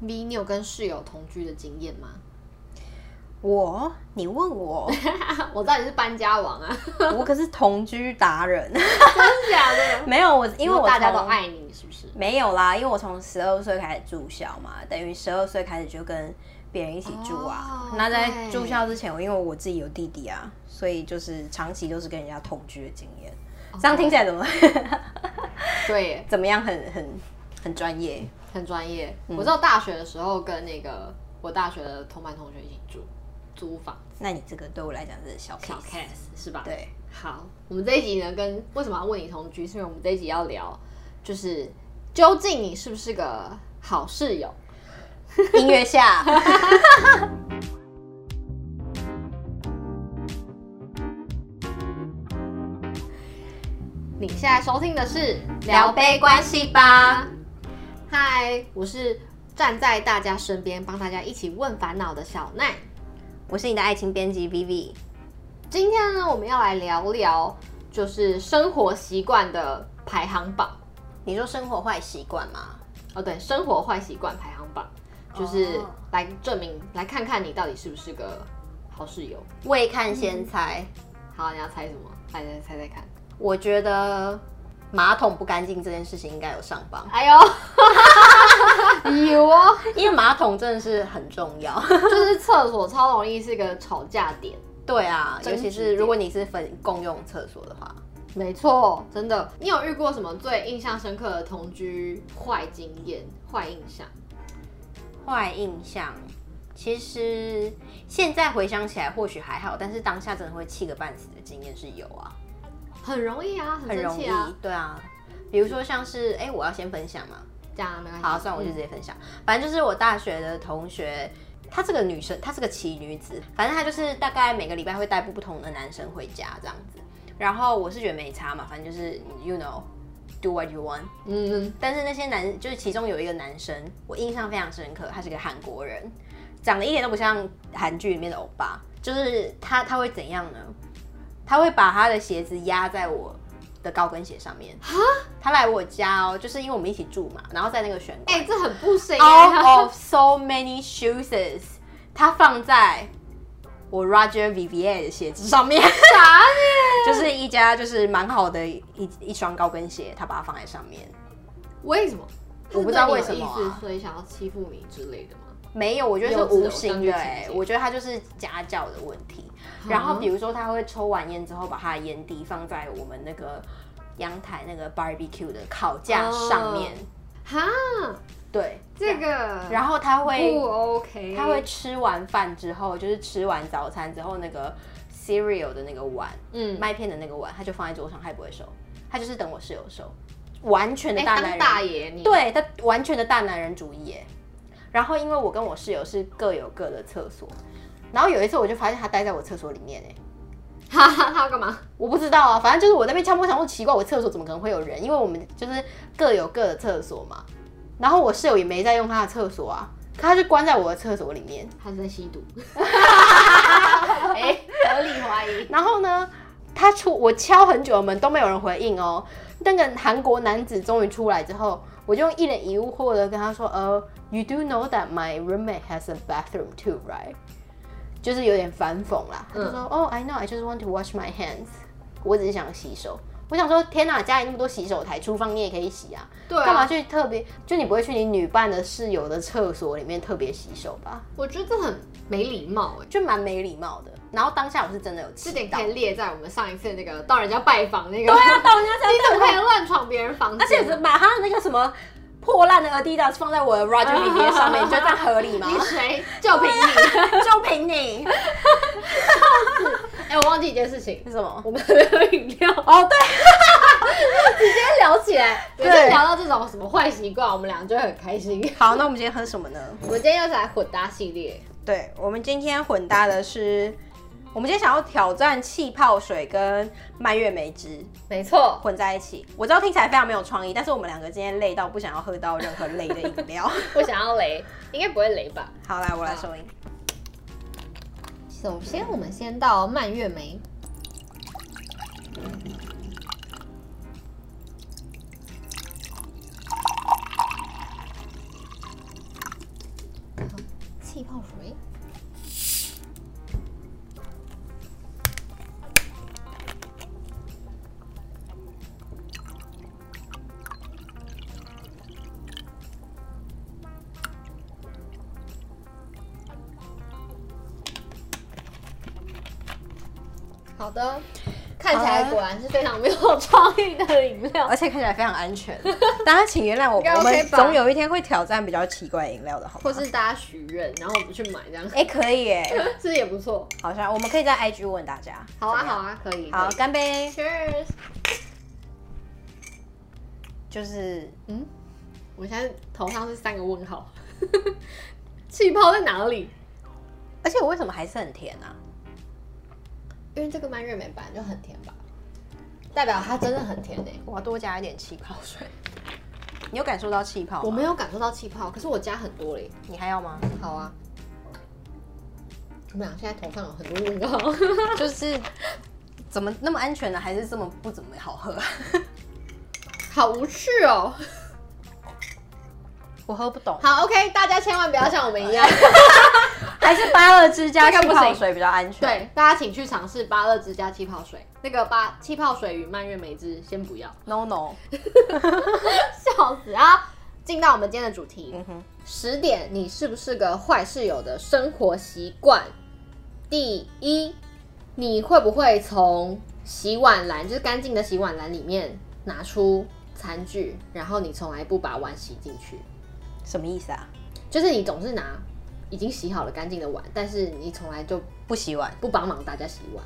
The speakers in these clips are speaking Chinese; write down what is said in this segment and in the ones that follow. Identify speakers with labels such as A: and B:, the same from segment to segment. A: 咪，你有跟室友同居的经验吗？
B: 我，你问 我，
A: 我到底是搬家王啊，
B: 我可是同居 达人。
A: 真的假 的？
B: 没有我，因为我
A: 大家
B: 从
A: 都爱你，是不是？
B: 没有啦，因为我从十二岁开始住校嘛，等于十二岁开始就跟别人一起住啊。
A: 哦
B: 那在
A: 对
B: 住校之前，我因为我自己有弟弟啊，所以就是长期都是跟人家同居的经验。这样听起来怎么
A: 对耶，
B: 怎么样很很很专业？
A: 很专业。
B: 嗯
A: 我知道大学的时候跟那个我大学的同班同学一起住，租房
B: 那你这个对我来讲是小 case。
A: 小 case 是吧？。
B: 对，
A: 好，我们这一集呢，跟为什么要问你同居？是因为我们这一集要聊，就是究竟你是不是个好室友？
B: 音 乐下。
A: 你现在收听的是《
B: 聊杯关系吧。
A: 嗨，我是站在大家身边，帮大家一起问烦恼的小奈。
B: 我是你的爱情编辑 Vivi。
A: 今天呢，我们要来聊聊就是生活习惯的排行榜。
B: 你说生活坏习惯吗？
A: 哦，对，生活坏习惯排行榜，就是
B: 哦
A: 来证明，来看看你到底是不是个好室友。
B: 未看先猜，
A: 好，你要猜什么？来来猜猜看。
B: 我觉得马桶不干净这件事情应该有上榜，
A: 哎呦，有
B: 啊
A: 哦，
B: 因为马桶真的是很重 要。
A: 就是厕所超容易是个吵架点。
B: 对啊，
A: 争
B: 尤
A: 执
B: 其是如果你是分共用厕所的话，
A: 没错，真的。你有遇过什么最印象深刻的同居坏经验、坏印象？
B: 坏印象。其实现在回想起来或许还好，但是当下真的会气个半死的经验是有啊。
A: 很容易啊，
B: 很
A: 很生
B: 容
A: 气
B: 易，
A: 啊。
B: 对啊。比如说像是，哎、我要先分享嘛，
A: 这样啊没关系。
B: 好、算了，我就直接分享。反正就是我大学的同学，她这个女生，她是个奇女子，反正她就是大概每个礼拜会带不同的男生回家这样子。然后我是觉得没差嘛，反正就是 you know do what you want。
A: 嗯，嗯，
B: 但是那些男，就是其中有一个男生，我印象非常深刻，他是个韩国人，长得一点都不像韩剧里面的欧巴，就是他他会怎样呢？他会把他的鞋子压在我的高跟鞋上面。他来我家哦，就是因为我们一起住嘛，然后在那个玄关
A: 哎、这很不行、
B: ，out
A: 啊。
B: of so many shoes，他放在我 Roger Vivier 的鞋子上面。
A: 啥耶？
B: 就是一家就是蛮好的一一双高跟鞋，他把它放在上面，
A: 为什么？
B: 我不知道为什
A: 他是对你有
B: 么啊
A: 意思，所以想要欺负你之类的吗？
B: 没有，我觉得
A: 幼
B: 是
A: 稚的
B: 无形
A: 我
B: 的嗯
A: 刚刚就
B: 哎、
A: 理解
B: 我觉得他就是家教的问题。然后比如说他会抽完烟之后，把他的烟蒂放在我们那个阳台那个 barbecue 的烤架上面，
A: 哈，
B: 对，
A: 这个
B: 然后他会
A: 不 OK，
B: 他会吃完饭之后，就是吃完早餐之后那个 cereal 的那个碗，
A: 嗯
B: 麦片的那个碗，他就放在桌上，他也不会收，他就是等我室友收，完全的
A: 哎、
B: 嗯大男
A: 当
B: 人，
A: 大爷你
B: 对他完全的大男人主义耶。然后因为我跟我室友是各有各的厕所，然后有一次我就发现他待在我厕所里面哎，
A: 哈哈，他要干嘛？
B: 我不知道啊，反正就是我在那边敲门想说奇怪，我厕所怎么可能会有人？因为我们就是各有各的厕所嘛，然后我室友也没在用他的厕所啊，可他就关在我的厕所里面。
A: 他是在吸 毒。哎、合理怀疑。
B: 然后呢，他出我敲很久的门都没有人回应哦。那个韩国男子终于出来之后，我就用一脸疑惑的跟他说：“呃、y o u do know that my roommate has a bathroom too, right？” 就是有点反讽啦。他就说：“哦、i know, I just want to wash my hands。”我只是想洗手。我想说，天哪，家里那么多洗手台，厨房你也可以洗啊，
A: 对
B: 干嘛
A: 啊，
B: 去特别？就你不会去你女伴的室友的厕所里面特别洗手吧？
A: 我觉得这很没礼貌哎、
B: 就蛮没礼貌的。然后当下我是真的有
A: 这
B: 气
A: 点
B: 到
A: 可，以列在我们上一次那个到人家拜访那个。
B: 对啊，到人家 才
A: 你怎么可以乱闯别人房间？
B: 而且是把他的那个什么破烂的 Adidas 放在我的 Roger v i v i 上面，你觉得这样合理吗？
A: 你谁就凭你？
B: 就凭你
A: 哎、我忘记一件事情，
B: 是什么？
A: 我们还没有饮料，直
B: 哦，对，
A: 接聊起来。每
B: 对
A: 次聊到这种什么坏习惯，我们俩就会很开心。
B: 好，那我们今天喝什么呢？
A: 我们今天又是来混搭系列，
B: 对，我们今天混搭的是，我们今天想要挑战气泡水跟蔓越莓汁
A: 没错，
B: 混在一起。我知道听起来非常没有创意，但是我们两个今天累到不想要喝到任何类的饮 料。
A: 不想要雷，应该不会雷吧？
B: 好，来我来收音。
A: 首先，我们先到蔓越莓。气泡水。好的，看起
B: 好
A: 来
B: 啊
A: 果然是非常没有创意的饮料。
B: 而且看起来非常安全。 大家请原谅我，
A: 应该
B: 我
A: OK
B: 们
A: 吧
B: 总有一天会挑战比较奇怪的饮料的，好吗？
A: 或是大家许愿，然后我们去买这样，
B: 哎、可以耶，
A: 是不是也不错？
B: 好像我们可以在 IG 问大家。
A: 好啊，
B: 怎么
A: 好
B: 样，
A: 啊，可以。
B: 好，干杯！
A: ，Cheers。
B: 就是
A: 嗯，我现在头上是三个问号， 气泡在哪里？
B: 而且我为什么还是很甜啊？
A: 因为这个蔓越莓本来就很甜吧，代表它真的很甜呢、
B: 我要多加一点气泡水。 你有感受到气泡吗？
A: 我没有感受到气泡，可是我加很多嘞。
B: 你还要 吗？
A: 好啊，我们俩现在头上有很多问号。
B: 就是怎么那么安全呢？还是这么不怎么好喝？
A: 好无趣哦！
B: 我喝不懂，
A: 好，OK，大家千万不要像我们一样，
B: 还是八二之家
A: 这
B: 气
A: 个不行
B: 泡水比较安 全。，
A: 对，大家请去尝试芭乐之加气泡水，那个八气泡水与蔓越莓汁先不要，
B: ，no no，
A: 笑死啊！进到我们今天的主题，
B: 嗯哼，
A: 十点，你是不是个坏室友的生活习惯？第一，你会不会从洗碗篮，就是干净的洗碗篮里面拿出餐具，然后你从来不把碗洗进去？
B: 什么意思啊？
A: 就是你总是拿已经洗好了干净的碗，但是你从来就
B: 不洗碗，
A: 不帮忙大家洗碗。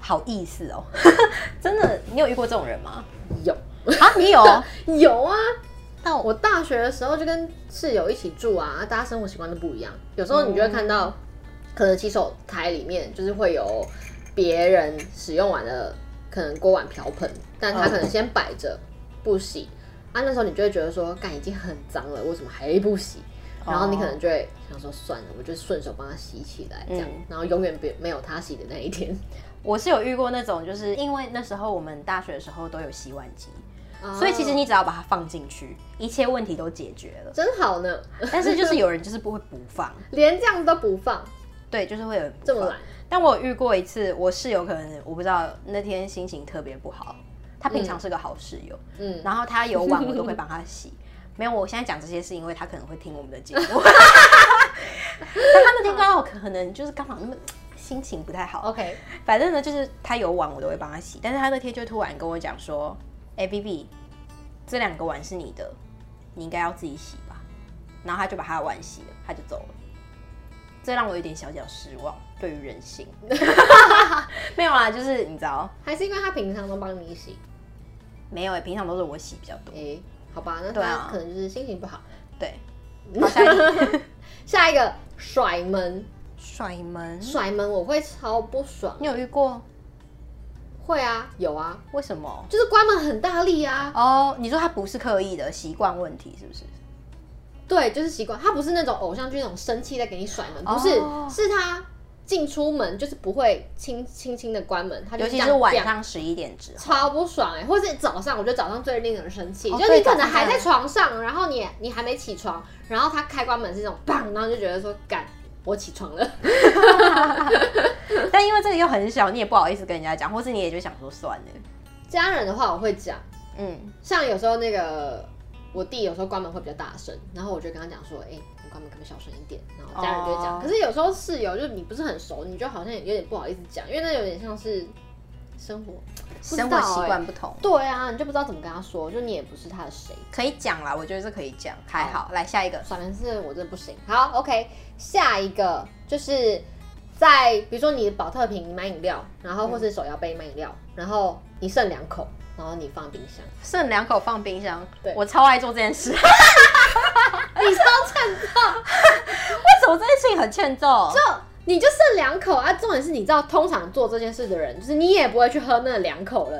B: 好意思哦。 真的，你有遇过这种人吗？
A: 有
B: 啊，你有？
A: 有啊，
B: 但我
A: 我大学的时候就跟室友一起住啊，大家生活习惯都不一样。有时候你就会看到，
B: 哦
A: 可能洗手台里面就是会有别人使用完的可能锅碗瓢盆，但
B: 哦
A: 他可能先摆着不洗啊。那时候你就会觉得说，干已经很脏了，为什么还不洗？然后你
B: 哦
A: 可能就会想说，算了，我就顺手帮他洗起来，这样，
B: 嗯
A: 然后永远别没有他洗的那一天。
B: 我是有遇过那种，就是因为那时候我们大学的时候都有洗碗机，哦所以其实你只要把它放进去，一切问题都解决了
A: 哦。 真好呢，
B: 但是就是有人就是不会不放，
A: 连这样都不放，
B: 对，就是会有人不
A: 这么
B: 放
A: 懒。
B: 但我有遇过一次，我室友可能我不知道那天心情特别不好，他平常是个好室友，
A: 嗯，
B: 然后他有碗我都会帮他 洗。没有，我现在讲这些是因为他可能会听我们的节目， 但他们听刚好可能就是刚好那么心情不太好。
A: OK，
B: 反正呢，就是他有碗我都会帮他洗，但是他那天就突然跟我讲说：“哎、b b 这两个碗是你的，你应该要自己洗吧。”然后他就把他的碗洗了，他就走了。这让我有点小小失望，对于人 性。没有啦，就是你知道，
A: 还是因为他平常都帮你洗。
B: 没有哎、平常都是我洗比较多。
A: 诶，好吧，那
B: 对啊
A: 他可能就是心情不好。
B: 对，好下一个
A: 下一个甩门，
B: 甩门，
A: 甩门我会超不爽。
B: 你有遇过？
A: 会啊，有啊，
B: 为什么？
A: 就是关门很大力啊。
B: 哦、你说他不是刻意的习惯问题，是不是？
A: 对，就是习惯，他不是那种偶像剧那种生气在给你甩门，不是，
B: 哦
A: 是他进出门就是不会轻轻轻的关门，他就
B: 尤其
A: 这
B: 是
A: 样
B: 晚
A: 这样
B: 上十一点之后。
A: 超不爽哎、欸，或是早上，我觉得早上最令人生气，
B: 哦
A: 就是你
B: 对
A: 可能还
B: 早上
A: 在床上，然后你你还没起床，然后他开关门是那种砰，然后就觉得说干，我起床了，
B: 但因为这个又很小，你也不好意思跟人家讲，或是你也就想说算了。
A: 家人的话我会讲，
B: 嗯，
A: 像有时候那个我弟有时候关门会比较大声，然后我就跟他讲说，哎、你关门可不可以小声一点？然后家人就会讲。
B: 哦
A: 可是有时候室友就你不是很熟，你就好像有点不好意思讲，因为那有点像是生活不知道
B: 生活习惯不同，
A: 对啊，你就不知道怎么跟他说，就你也不是他的谁。
B: 可以讲啦，我觉得是可以讲，还好。来下一个，
A: 甩门是我真的不行。好，OK，下一个就是在比如说你的保特瓶你买饮料，然后或是手摇杯买饮料，然后你剩两口，然后你放冰 箱，
B: 剩两口放冰箱
A: 对，
B: 我超爱做这件 事。为
A: 你超欠揍。
B: 什么这件事情很欠揍？
A: 就你就剩两口啊！重点是，你知道，通常做这件事的人，就是你也不会去喝那两口了，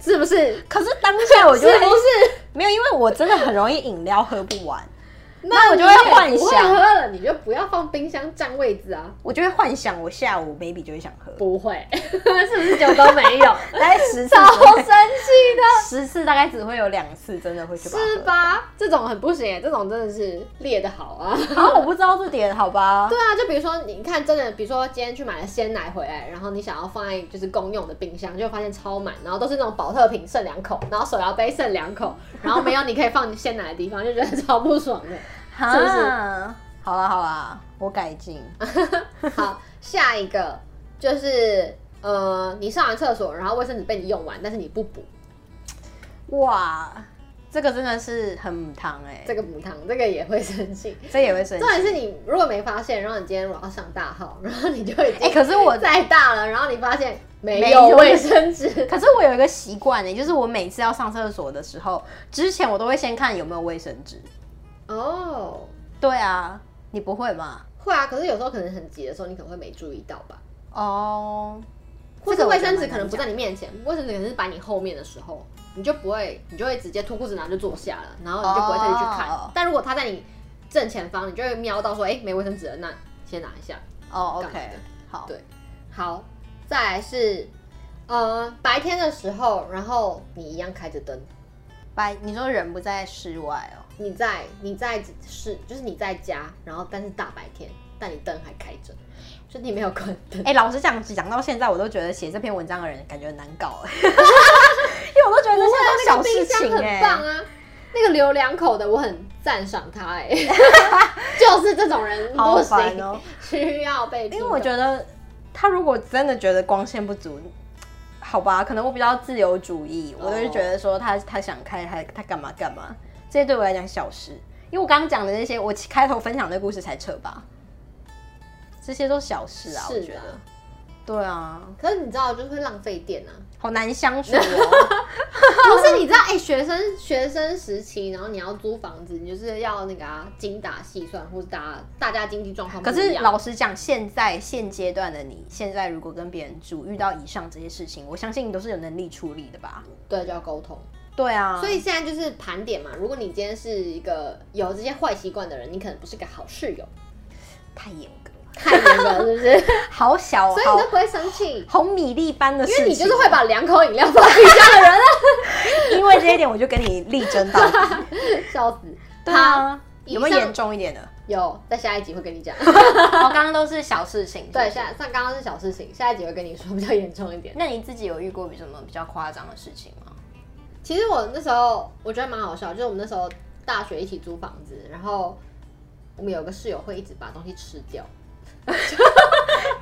A: 是不是？是
B: 可是当下我
A: 不
B: 就会
A: 是？
B: 没有，因为我真的很容易饮料喝不完，
A: 那
B: 我就会幻想
A: 你也不会喝了，你就不要放冰箱占位置啊。
B: 我就会幻想我下午 maybe 就会想喝，
A: 不会，是不 是酒都没有？
B: 大概十次
A: 超生气的，
B: 十次大概只会有两次真的会去把它喝
A: 是吧？这种很不行，这种真的是列的好啊。
B: 啊，我不知道这点，好吧？
A: 对啊，就比如说，你看，真的，比如说今天去买了鲜奶回来，然后你想要放在就是公用的冰箱，就发现超满，然后都是那种保特瓶剩两口，然后手摇杯剩两口，然后没有你可以放鲜奶的地方，就觉得超不爽 的。
B: 哈
A: 是不是
B: 好啦好啦，我改进。
A: 好，下一个就是呃，你上完厕所，然后卫生纸被你用完，但是你不补，
B: 哇，这个真的是很母汤哎、
A: 这个母汤，这个也会生气。
B: 这也会生气
A: 重。点是你如果没发现，然后你今天我要上大号，然后你就已经
B: 哎可是我
A: 再大了，然后你发现没
B: 没
A: 有
B: 有
A: 卫生纸，
B: 可是我有一个习惯呢，就是我每次要上厕所的时候，之前我都会先看有没有卫生纸。
A: 哦。
B: 对啊，你不会吗？
A: 会啊，可是有时候可能很急的时候，你可能会没注意到吧，
B: 哦、
A: 或
B: 这
A: 者
B: 个我
A: 卫
B: 觉得
A: 生纸
B: 蛮
A: 可能
B: 难
A: 不在你面前，卫生纸可能是摆你后面的时候，你就不会，你就会直接脱裤子然后就坐下了，然后你就不会特意去看。
B: 哦
A: 但如果它在你正前方，你就会瞄到说，哎、没卫生纸了，那先拿一下。
B: 哦、o
A: 干嘛
B: k
A: 的
B: 好，
A: 对好，再来是，呃，白天的时候，然后你一样开着灯，
B: 白，你说人不在室外哦，
A: 你在你在是就是你在家，然后但是大白天，但你灯还开着，就你没有关灯。
B: 哎、老实讲，讲到现在，我都觉得写这篇文章的人感觉很难 搞、哎因为我都觉得这
A: 不会啊
B: 些
A: 那
B: 都
A: 个
B: 是小事
A: 冰箱
B: 情、
A: 很
B: 哎、
A: 棒啊。那个留两口的，我很赞赏他、 哎，就是这种人
B: 好
A: 不
B: 烦
A: 行，
B: 哦
A: 需要被批
B: 因
A: 斗。
B: 为我觉得他如果真的觉得光线不足，好吧，可能我比较自由主义，我就是觉得说他他想开他他干嘛干嘛，这些对我来讲小事。因为我刚刚讲的那些，我开头分享的故事才扯吧，这些都小事啊，我
A: 是
B: 觉
A: 的
B: 得。，对啊，
A: 可是你知道，就是会浪费电 啊。
B: 好难相 处哦。
A: 不是，你知道，哎、学生学生时期，然后你要租房子，你就是要那个啊，精打细算，或是大大家经济状况不
B: 可
A: 一
B: 是
A: 样
B: 老实讲，现在现阶段的你，现在如果跟别人住，遇到以上这些事情，我相信你都是有能力处理的吧？
A: 对就要沟通。
B: 对啊，
A: 所以现在就是盘点嘛。如果你今天是一个有这些坏习惯的人，你可能不是个好室友，
B: 太严格了，
A: 太严格了，是不是？
B: 好小，哦
A: 所以
B: 好
A: 你都不会生气。
B: 好米粒般的 事
A: 因
B: 情，
A: 为你就是会把两口饮料放冰 箱的人啊，
B: 因为这一点，我就跟你力争 到底。
A: 笑死。
B: 对啊，
A: 以
B: 有
A: 上
B: 没有严重一 点的？
A: 有在下一集会跟你 讲，
B: 我哦刚刚都是小事情。
A: 对，下上刚刚是小事情，下一集会跟你说比较严重一点。
B: 那你自己有遇过比什么比较夸张的事情吗？
A: 其实我那时候我觉得蛮好笑，就是我们那时候大学一起租房子，然后我们有个室友会一直把东西吃 掉，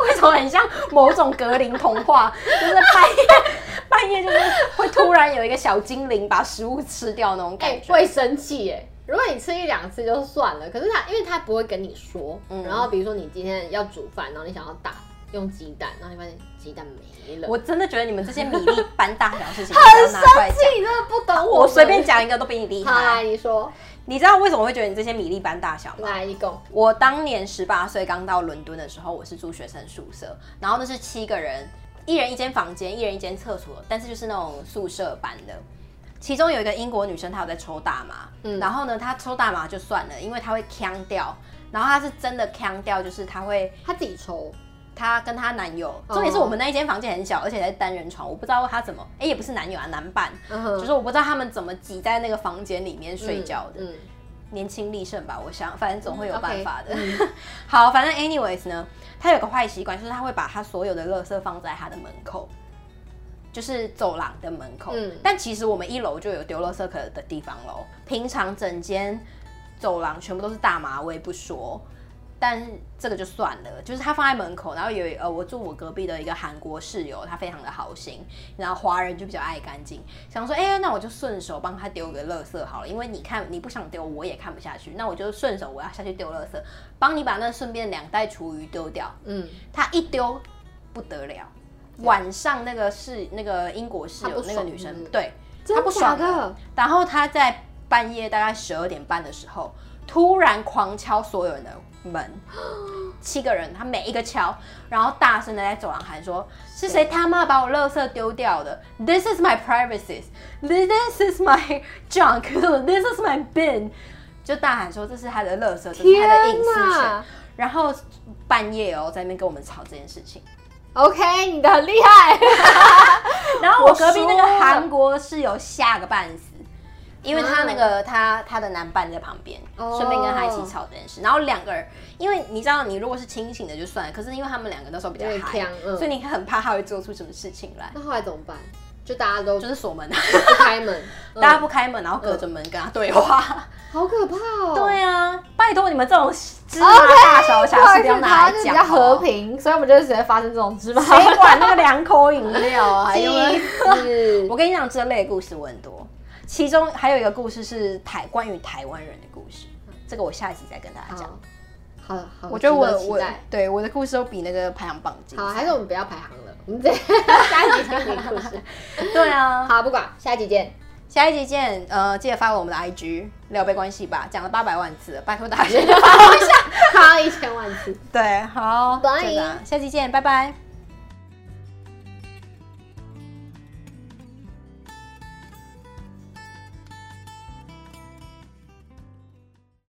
B: 为什么很像某种格林童话？就是半夜，半夜就是会突然有一个小精灵把食物吃掉那种
A: 哎、
B: 感觉。
A: 会生气耶、如果你吃一两次就算了，可是他因为他不会跟你说，
B: 嗯
A: 然后比如说你今天要煮饭，然后你想要打用鸡蛋，然后你发现鸡蛋没了，
B: 我真的觉得你们这些米粒般大小事情，很生
A: 气，你真的不懂
B: 我
A: 们
B: 随便。讲一个都比你厉
A: 好，来
B: 害。
A: 你说，
B: 你知道为什么会觉得你这些米粒般大小吗？
A: 来，你讲。
B: 我当年十八岁刚到伦敦的时候，我是住学生宿舍，然后那是七个人，一人一间房间，一人一间厕所，但是就是那种宿舍班的。其中有一个英国女生，她有在抽大麻，
A: 嗯
B: 然后呢，她抽大麻就算了，因为她会呛掉，然后她是真的呛掉，就是她会，
A: 他自己抽，
B: 她跟她男友，重点是我们那一间房间很小，而且还是单人床，我不知道她怎么，哎、也不是男友啊，男伴，
A: 嗯哼
B: 就是我不知道他们怎么挤在那个房间里面睡觉的，
A: 嗯，
B: 年轻力盛吧，我想，反正总会有办法的。
A: 嗯
B: 好，反正 anyways 呢，他有个坏习惯，就是他会把他所有的垃圾放在他的门口，就是走廊的门口。
A: 嗯
B: 但其实我们一楼就有丢垃圾壳的地方喽。平常整间走廊全部都是大麻味不说，但这个就算了，就是他放在门口，然后有呃，我住我隔壁的一个韩国室友，他非常的好心，然后华人就比较爱干净，想说，哎、那我就顺手帮他丢个垃圾好了，因为你看你不想丢，我也看不下去，那我就顺手我要下去丢垃圾，帮你把那顺便两袋厨余丢掉。
A: 嗯，
B: 他一丢不得了，晚上那个室那个英国室
A: 她不
B: 友那个
A: 爽
B: 女生
A: 嗯，
B: 对，
A: 真
B: 她
A: 的
B: 不爽
A: 假的
B: 了，然后她在半夜大概十二点半的时候，突然狂敲所有人的门，七个人，她每一个敲，然后大声的在走廊喊说：“是谁他妈把我垃圾丢掉的？This is my privacy, this is my junk, this is my bin。”就就大喊说这是他的垃圾，这是
C: 天
B: 他的隐私权
C: 哪。
B: 然后半夜哦，在那边跟我们吵这件事情。
C: ，OK，你的很厉害，
B: 然后我隔壁那
C: 我说了
B: 个韩国室友吓个半死，因为她那
C: 嗯
B: 个她她的男伴在旁边，
A: 哦
B: 顺便跟她一起吵这件事。然后两个人，因为你知道，你如果是清醒的就算了，可是因为他们两个那时候比较
A: 有点
B: 嗨
A: 呛，嗯
B: 所以你很怕他会做出什么事情来，
A: 那后来怎么办？就大家都
B: 就
A: 不
B: 是锁门，啊
A: 开门，嗯
B: 大家不开门，然后隔着门跟他对话。
C: 嗯
A: 好可怕哦。
B: 对啊，拜托你们这种芝麻
C: OK，
B: 大小
C: 不好
B: 瑕疵
C: 意
B: 不
C: 思
B: 要拿
C: 台湾
B: 来
C: 就
B: 讲，
C: 比较和。平，所以我们就直接发生这种芝 麻。
B: 谁管那个两口饮料啊？还有呢
A: 气死
B: 我跟你讲，这类的故事我很多，其中还有一个故事是台关于台湾人的故事，这个我下一集再跟大家讲。
A: 好，好好，
B: 我觉得
A: 值
B: 我
A: 期
B: 我
A: 待
B: 对我的故事都比那个排行榜精
A: 好，
B: 彩。
A: 还是我们不要排行了，我们直接下一集听你故事。
B: 对啊，
A: 好，不管，下一集见。
B: 下一集见。呃，记得发我们的 IG 聊杯关系吧，讲了八百万次了，拜托 大家 follow 一下。
A: 好，一千万次。
B: 对，好，
A: 拜
B: 就这样下期见，拜拜。